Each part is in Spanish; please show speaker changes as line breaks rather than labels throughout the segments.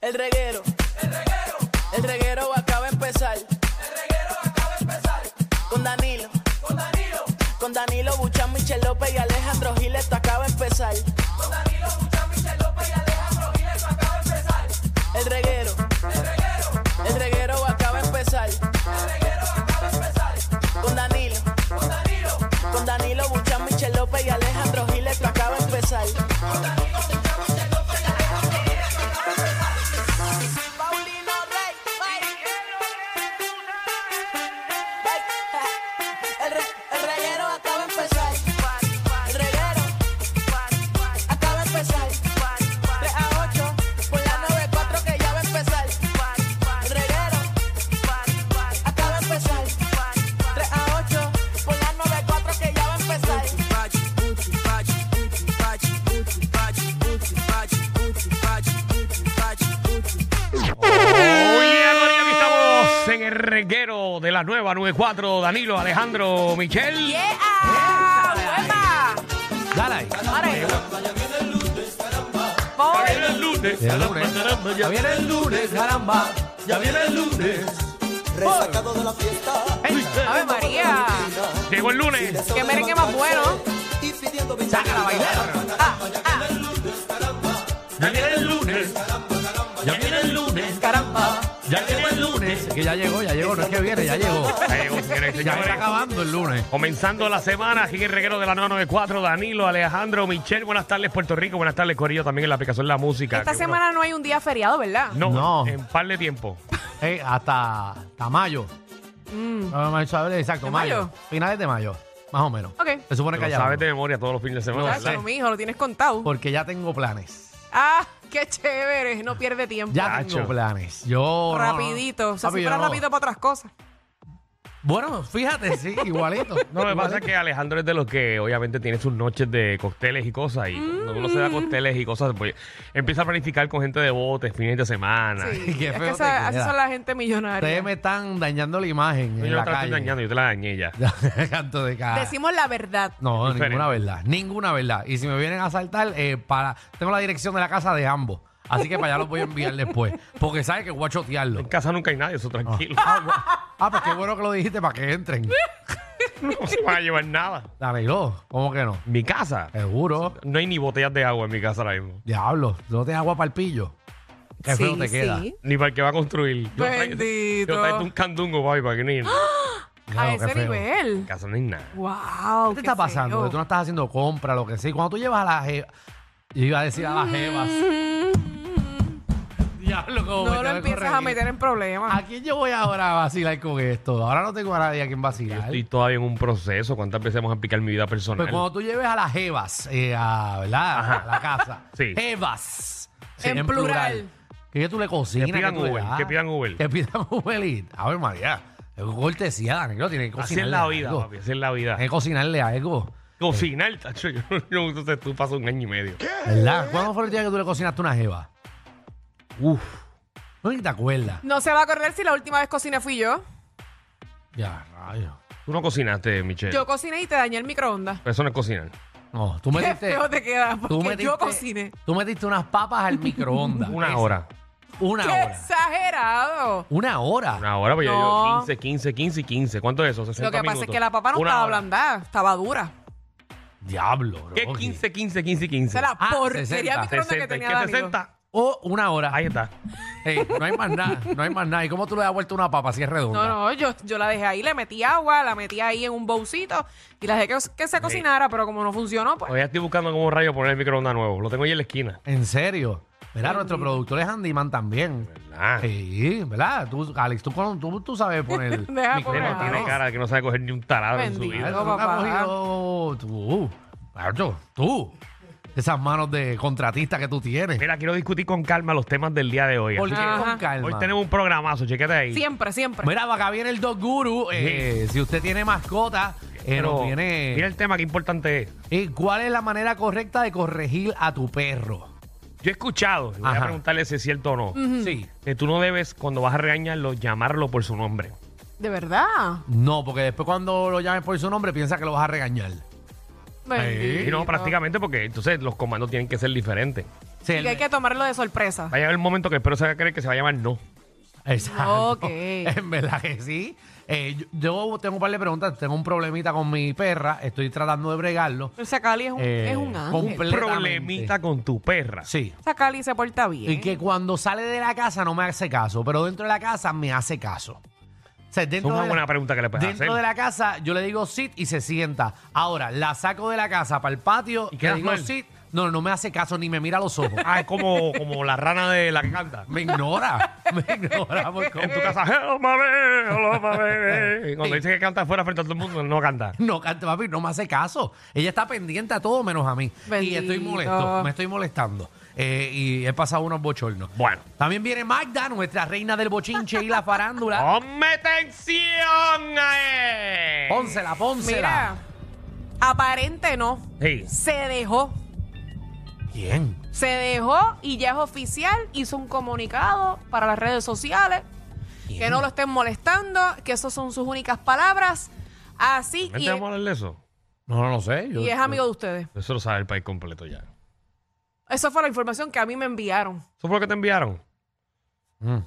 El reguero. El reguero. El reguero acaba de empezar. El reguero acaba de empezar. Con Danilo. Con Danilo. Con Danilo Buchan, Michel López y Alejandro Giles, esto acaba de empezar. Con Danilo Buchan, Michel López y Alejandro Giles, esto acaba de empezar. El reguero. El reguero. El reguero acaba de empezar. El reguero acaba de empezar. Con Danilo. Con Danilo. Con Danilo Buchan, Michel López y Alejandro Giles, esto acaba de empezar. Paulino Rey, El, re, el reguero acaba de empezar. El reguero acaba de empezar. 3 a 8 por la 94 que ya va a empezar. El reguero acaba de empezar. 3 a 8 por la 94 que ya va a empezar.
Oye, Corillo, aquí estamos en el reguero de la nueva 94, Danilo, Alejandro, Michel.
Dale ahí.
Viene el lunes.
El lunes. Ya viene el lunes, caramba. Ya viene el lunes.
¡Ave María!
Llegó el lunes.
¡Qué merengue más bueno!
Saca la bailar. Ya viene el lunes. Ya viene el lunes, caramba. Ya viene el lunes. Que ya llegó, ya llegó. No es que viene, ya llegó.
Ahí, señores,
Ya está
señores.
acabando el lunes.
Comenzando la semana, aquí en el reguero de la 994, Danilo, Alejandro, Michel, buenas tardes Puerto Rico, buenas tardes Corillo, también en la aplicación La Música.
Esta
que,
semana no hay un día feriado, ¿verdad?
bueno, no,
No.
en par de tiempo.
Eh, hasta, hasta mayo. No, no, eso, Exacto,
¿De
Mm. mayo.
mayo?
Finales de mayo, más o menos.
Ok.
Se supone que
Lo
allá
sabes
vamos.
de memoria todos los fines de semana.
No,
Chacho,
¿verdad?
sí.
mijo, lo tienes contado.
Porque ya tengo planes.
¡Ah! ¡Qué chévere! No pierde tiempo.
Ya
Chacho.
tengo planes. Yo. no, no, no.
Rapidito. O sea,
Papi,
si
yo
fuera
no.
rápido para otras cosas.
Bueno, fíjate, sí, igualito.
No, lo que pasa
Igualito.
es que Alejandro es de los que obviamente tiene sus noches de cócteles y cosas. Y cuando uno
Mm.
se da cócteles y cosas, pues empieza a planificar con gente de botes, fines de semana.
Sí.
Qué
es
feo
que
te
esa- así
queda.
son la gente millonaria.
Ustedes me están dañando la imagen.
Yo
en
no
la
te la estoy
calle.
dañando, yo te la dañé ya.
Canto de cara.
Decimos la verdad.
No,
Es diferente.
ninguna verdad. Ninguna verdad. Y si me vienen a asaltar, eh, para... tengo la dirección de la casa de ambos. Así que para allá los voy a enviar después. Porque sabes que voy a chotearlo.
En casa nunca hay nadie, eso tranquilo.
Ah, bu- ah, pues qué bueno que lo dijiste para que entren.
No se van a llevar nada.
Danilo, ¿cómo que no?
Mi casa.
Seguro.
No hay ni botellas de agua en mi casa ahora mismo.
Diablo, tú no tienes agua para el pillo. Qué feo
Sí,
te queda.
sí.
Ni para el que va a construir. Yo tra-
Bendito. ¡Ah!
Yo traigo un candungo, papi, para que ni.
Claro,
A
qué
ese
feo.
En
nivel.
casa no hay nada.
¡Wow!
¿Qué te está pasando? Que tú no estás haciendo compra, lo que sea. Y Cuando tú llevas a la jeva. Yo iba a decir
Mm.
a las jevas. Diablo, como me
No lo
tengo que
empiezas a
corregir.
meter en problemas.
¿A quién yo voy ahora a vacilar con esto? Ahora no tengo a nadie a quien
Yo
vacilar.
estoy todavía en un proceso. ¿Cuántas veces vamos a aplicar mi vida personal?
Pues cuando tú lleves a las jevas, eh, a, ¿verdad? A la casa.
Sí.
Jevas.
Sí. En plural.
Que tú le cocinas.
Que pidan
tú le
Uber,
das.
que pidan Uber.
Que pidan Uber. y- A ver, María. Es cortesía, Danilo. Tiene que
así es
cocinarle
la vida,
algo. Eh,
papi, así es la vida.
Tiene que cocinarle algo.
Cocinar, tacho, yo, yo uso ese tú pasas un año y medio.
¿Verdad? ¿Cuándo fue el día que tú le cocinaste una jeva? Uf. No ni te acuerdas.
No se va a acordar si la última vez cociné fui yo.
Ya, rayo.
Tú no cocinaste, Michelle.
Yo cociné y te dañé el microondas.
Eso no es cocinar.
No, tú
Qué
metiste.
feo te queda, porque yo cociné.
Tú metiste unas papas al microondas.
Una
Esa-
hora.
Una
¡Qué
hora.
exagerado!
Una hora.
Una hora, pues yo
No.
digo 15, 15, 15 y 15. ¿Cuánto es eso? 60
Lo que pasa es
minutos.
que la papa no
Una
estaba
hora.
blandada, estaba dura.
Diablo, bro.
¿Qué 15, 15, 15, 15?
Esa es la
Ah,
porquería
60,
microondas que
60. ¿Y
tenía
¿Qué
Danilo.
60?
O Oh, una hora.
Ahí está.
Ey, no hay más nada, no hay más nada. ¿Y cómo tú le das vuelta una papa si es redonda?
No, no, yo, yo la dejé ahí, le metí agua, la metí ahí en un bolsito y la dejé que, que se cocinara, pero como no funcionó, pues...
Hoy estoy buscando cómo rayo poner el microondas nuevo. Lo tengo ahí en la esquina.
En serio. ¿Verdad? Nuestro productor es handyman también. Ah.
¿Verdad?
Sí, ¿verdad? Tú, Alex, tú, con- tú, tú sabes poner
Deja
Usted no
Claro.
tiene cara de que no sabe coger ni un tarado en su
Bendito.
vida.
Claro, tú nunca has
papá.
cogido- Tú, Nacho, tú. de esas manos de contratista que tú tienes.
Mira, quiero discutir con calma los temas del día de hoy.
¿Por qué
Así que
con
Ajá.
calma?
Hoy tenemos un programazo, chequete ahí.
Siempre, siempre.
Mira, acá viene el Dog Guru. eh, Si usted tiene mascota, eh,
Pero
nos viene...
Mira el tema, qué importante es.
¿Y cuál es la manera correcta de corregir a tu perro?
Yo he escuchado, y voy a
Ajá.
preguntarle si es cierto o no,
Sí.
que tú no debes, cuando vas a regañarlo, llamarlo por su nombre.
De verdad.
No, porque después cuando lo llames por su nombre piensa que lo vas a regañar.
Y
Bendito.
no, prácticamente, porque entonces los comandos tienen que ser diferentes.
Sí,
Y que hay que tomarlo de sorpresa.
Va a llegar el momento que espero se haga creer que se va a llamar no.
Exacto.
Ok.
En verdad que sí. Eh, yo, yo tengo un par de preguntas. Tengo un problemita con mi perra. Estoy tratando de bregarlo.
O sea, Cali es un,
Eh,
es un ángel.
comple- Completamente.
Problemita con tu perra.
Sí.
O sea, Cali se porta bien.
Y que cuando sale de la casa no me hace caso, pero dentro de la casa me hace caso. O sea,
Es
dentro
una
de la-
buena pregunta que le puedes
Dentro
hacer.
de la casa, yo le digo sit y se sienta. Ahora, la saco de la casa para el patio
¿Y
le
quedas
digo
mal?
sit. No, no me hace caso ni me mira a los ojos.
Ah, es como, como la rana de la que canta.
me ignora. Me ignora por
En tu
completo.
casa, hello, my baby, hello, my baby. Y Cuando dice que canta afuera frente a todo el mundo, no canta.
No, canta, papi, no me hace caso. Ella está pendiente a todo menos a mí. Y
Bendito.
estoy molesto, me estoy molestando. Eh, y he pasado unos bochornos.
Bueno.
También viene Magda, nuestra reina del bochinche y la farándula.
¡Ponme tensión a él!
Pónsela, pónsela.
Mira, aparente no.
Sí.
Se dejó.
Bien.
Se dejó y ya es oficial. Hizo un comunicado para las redes sociales. Que no lo estén molestando. Que esas son sus únicas palabras. Así
¿Vente
y
a
es,
hablar de eso?
No, no lo sé. yo-
y es amigo de ustedes.
Eso lo sabe el país completo ya.
Esa fue la información que a mí me enviaron.
¿Eso fue lo que te enviaron?
Mm.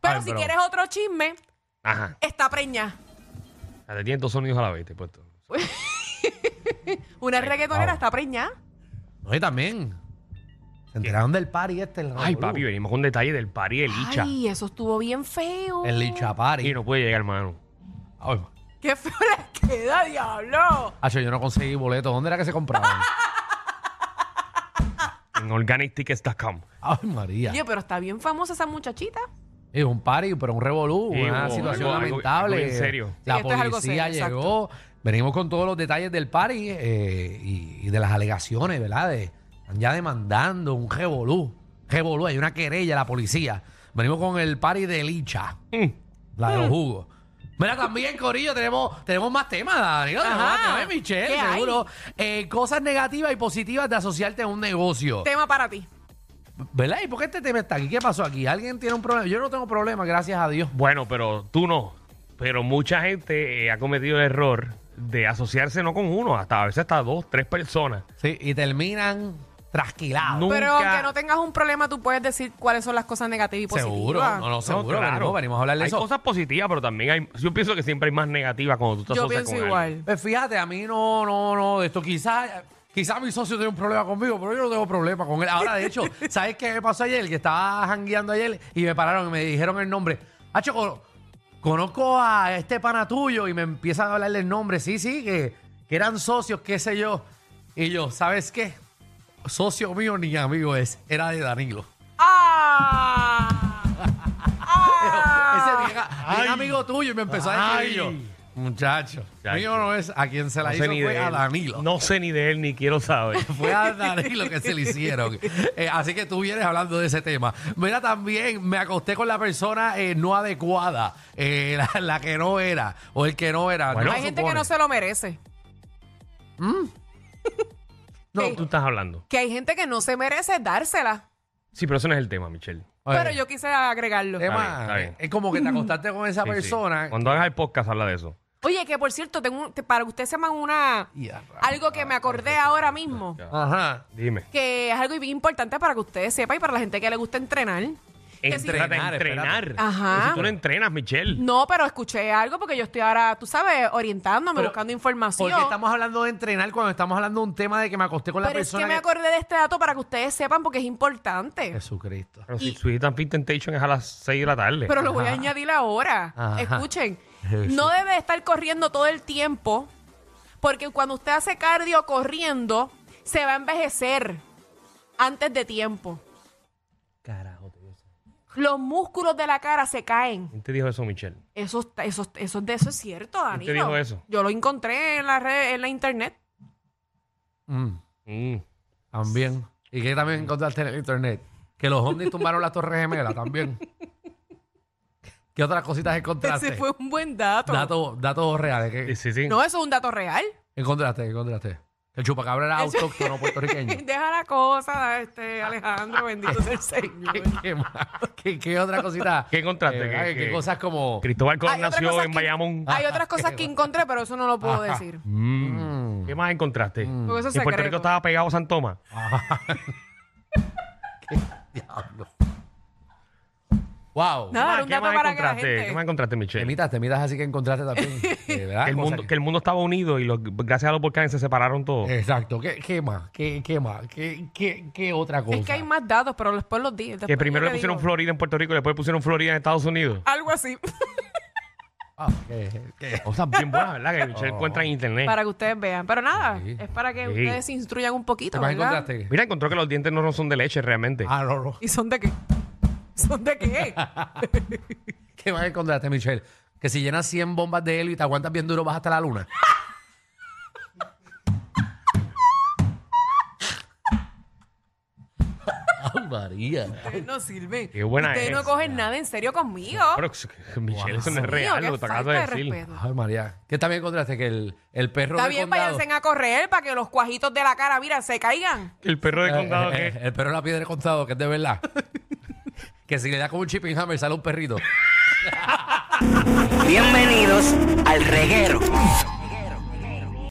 Pero
Ay,
si
pero-
quieres otro chisme,
Ajá.
está preña.
Ya Te tienen dos sonidos a la vez, te he puesto.
Una reggaetonera
wow.
está preña.
No, y también. Se enteraron del party este. El
Ay,
revolú.
papi, venimos con detalle del pari de Licha.
Ay, eso estuvo bien feo.
El licha party.
Y no puede llegar, hermano.
Ay, ma-
Qué feo le queda, diablo.
Acho, yo no conseguí boleto. ¿Dónde era que se compraban?
Ah.
En organictickets.com.
Ay, María.
Oye, pero está bien famosa esa muchachita.
Es un party, pero un revolú,
Sí,
una
hubo
situación
algo- algo-
lamentable.
algo bien serio.
La
Sí, esto es algo
policía
serio,
llegó, venimos con todos los detalles del party eh, y, y de las alegaciones, ¿verdad? De, están ya demandando un revolú. Revolú, hay una querella, la policía. Venimos con el party de Licha,
Mm.
la de los jugos. Mira, también, Corillo, tenemos, tenemos más temas, Daniel. Tenemos
Ajá.
más temas de Michelle,
¿Qué hay?
seguro. Eh, cosas negativas y positivas de asociarte a un negocio.
Tema para ti.
¿Verdad? ¿Y por qué este tema está aquí? ¿Qué pasó aquí? ¿Alguien tiene un problema? Yo no tengo problema, gracias a Dios.
Bueno, pero tú no. Pero mucha gente eh, ha cometido el error de asociarse no con uno, hasta a veces hasta dos, tres personas.
Sí, y terminan trasquilados.
No.
Pero
Nunca-
aunque no tengas un problema, tú puedes decir cuáles son las cosas negativas y positivas.
Seguro, no, no, seguro.
No, claro.
venimos, venimos a hablar de
hay
eso.
cosas positivas, pero también hay. Yo pienso que siempre hay más negativas cuando tú te
Yo
asocias con
pienso
alguien.
igual.
Pues fíjate, a mí no, no, no, de esto quizás... Quizás mi socio tiene un problema conmigo, pero yo no tengo problema con él. Ahora, de hecho, ¿sabes qué me pasó ayer? Que estaba jangueando ayer y me pararon y me dijeron el nombre. Hacho, cono- conozco a este pana tuyo y me empiezan a hablar del nombre. Sí, sí, que, que eran socios, qué sé yo. Y yo, ¿sabes qué? Socio mío ni amigo es. Era de Danilo.
¡Ah!
Ese
¡Ah!
bien, bien amigo tuyo y me empezó a decir yo. Muchacho,
Muchacho.
mío no es a quien se la
No
hizo
sé ni
fue
de
a
él.
Danilo.
No sé ni de él, ni quiero saber.
Fue a Danilo que se le hicieron. Eh, así que tú vienes hablando de ese tema. Mira, también me acosté con la persona eh, no adecuada, eh, la, la que no era, o el que no era.
Bueno,
Hay
se
gente que
supone.
no se lo merece.
no, tú estás hablando.
Que hay gente que no se merece dársela.
Sí, pero eso no es el tema, Michelle.
Oye,
Pero yo quise agregarlo.
tema,
Está bien, está bien.
es como que te acostaste con esa
Sí, sí.
persona.
Cuando hagas el podcast, habla de eso.
Oye, que por cierto, tengo un- te- para que ustedes sepan una...
Y a-
Algo que me acordé ahora mismo.
Ajá.
Dime.
Que es algo bien importante para que ustedes sepan y para la gente que le gusta entrenar. Que si-
Entrenar,
Entrenar,
entrenar.
espérate.
Ajá.
Si tú no entrenas, Michelle.
No, pero escuché algo porque yo estoy ahora, tú sabes, orientándome,
Pero,
buscando información.
Porque estamos hablando de entrenar cuando estamos hablando de un tema de que me acosté con la
Pero es que
persona.
me
que-
acordé de este dato para que ustedes sepan porque es importante.
Jesucristo.
Pero si
Y-
Sweet and Fit Temptation es a las 6 de la tarde.
Pero lo voy a añadir ahora.
Ajá.
Escuchen,
Jesús.
no debe estar corriendo todo el tiempo porque cuando usted hace cardio corriendo, se va a envejecer antes de tiempo.
Carajo, te
Los músculos de la cara se caen.
¿Quién te dijo eso, Michelle?
Eso, está- eso, eso, de eso es cierto,
¿Quién te
Danilo.
dijo eso?
Yo lo encontré en la red, en la internet.
Mm.
También. Y que también encontraste en el internet. Que los ovnis tumbaron la torre gemela también. ¿Qué otras cositas encontraste?
Ese fue un buen dato.
Datos, datos reales. ¿Qué
Sí, sí, sí.
No, eso es un dato real.
encontraste? ¿Qué encontraste? El chupacabra era
Eso-
autóctono puertorriqueño.
Deja la cosa, este Alejandro, bendito sea el Señor.
¿Qué, qué más? ¿Qué- qué otra cosita?
¿Qué encontraste?
Eh,
¿Qué-
ay, ¿Qué
qué?
cosas como...
Cristóbal Colón
Hay otras
nació
cosas
en
que-
Bayamón.
Hay otras cosas que encontré, pero eso no lo puedo decir.
Mm. ¿Qué más encontraste?
Porque eso es
En Puerto Rico
secreto.
estaba pegado a San Tomás.
Ah,
Diablo. Wow.
Nada,
Ah,
era un
¿Qué
dato
más
para que la
encontraste? ¿Qué más
gente.
encontraste, Michelle?
Temitas, temitas así que encontraste también. eh, ¿verdad?
que, el
Cosas
mundo,
que-
que el mundo estaba unido y los- gracias a los volcanes se separaron todos.
Exacto. ¿Qué, qué más? ¿Qué, qué más? ¿Qué, qué, qué otra cosa?
Es que hay más datos, pero después los di.
que
después
primero
yo
le
te
pusieron
digo.
Florida en Puerto Rico y después pusieron Florida en Estados Unidos.
Algo así,
Ah, ¿qué- qué?
Cosas bien buenas, Ah, ¿verdad? Que Michelle encuentra en internet.
para que ustedes vean. Pero nada,
Sí.
es para que
Sí.
ustedes se instruyan un
¿Qué
poquito,
más
¿verdad?
encontraste?
Mira, encontró que los dientes no son de leche realmente.
Ah, no, no.
¿Y son de qué? ¿Son de qué?
¿Qué más encontraste, Michelle? Que si llenas 100 bombas de helio y te aguantas bien duro, vas hasta la luna. Ay, María.
Ustedes no sirven.
Qué buena
Ustedes no
es.
cogen nada en serio conmigo.
Pero, Michelle, eso no es
Dios
real,
mío,
lo que te
qué
acabas de
falta de
decir.
respeto.
Ay, María. ¿Qué también encontraste? Que el, el perro
Está
del
bien,
condado...
váyanse a correr para que los cuajitos de la cara, mira, se caigan.
El perro de
Eh,
condado
eh,
que.
eh, El perro de la piedra de contado, que es de verdad. que si le das con un chipping hammer sale un perrito.
Bienvenidos al reguero.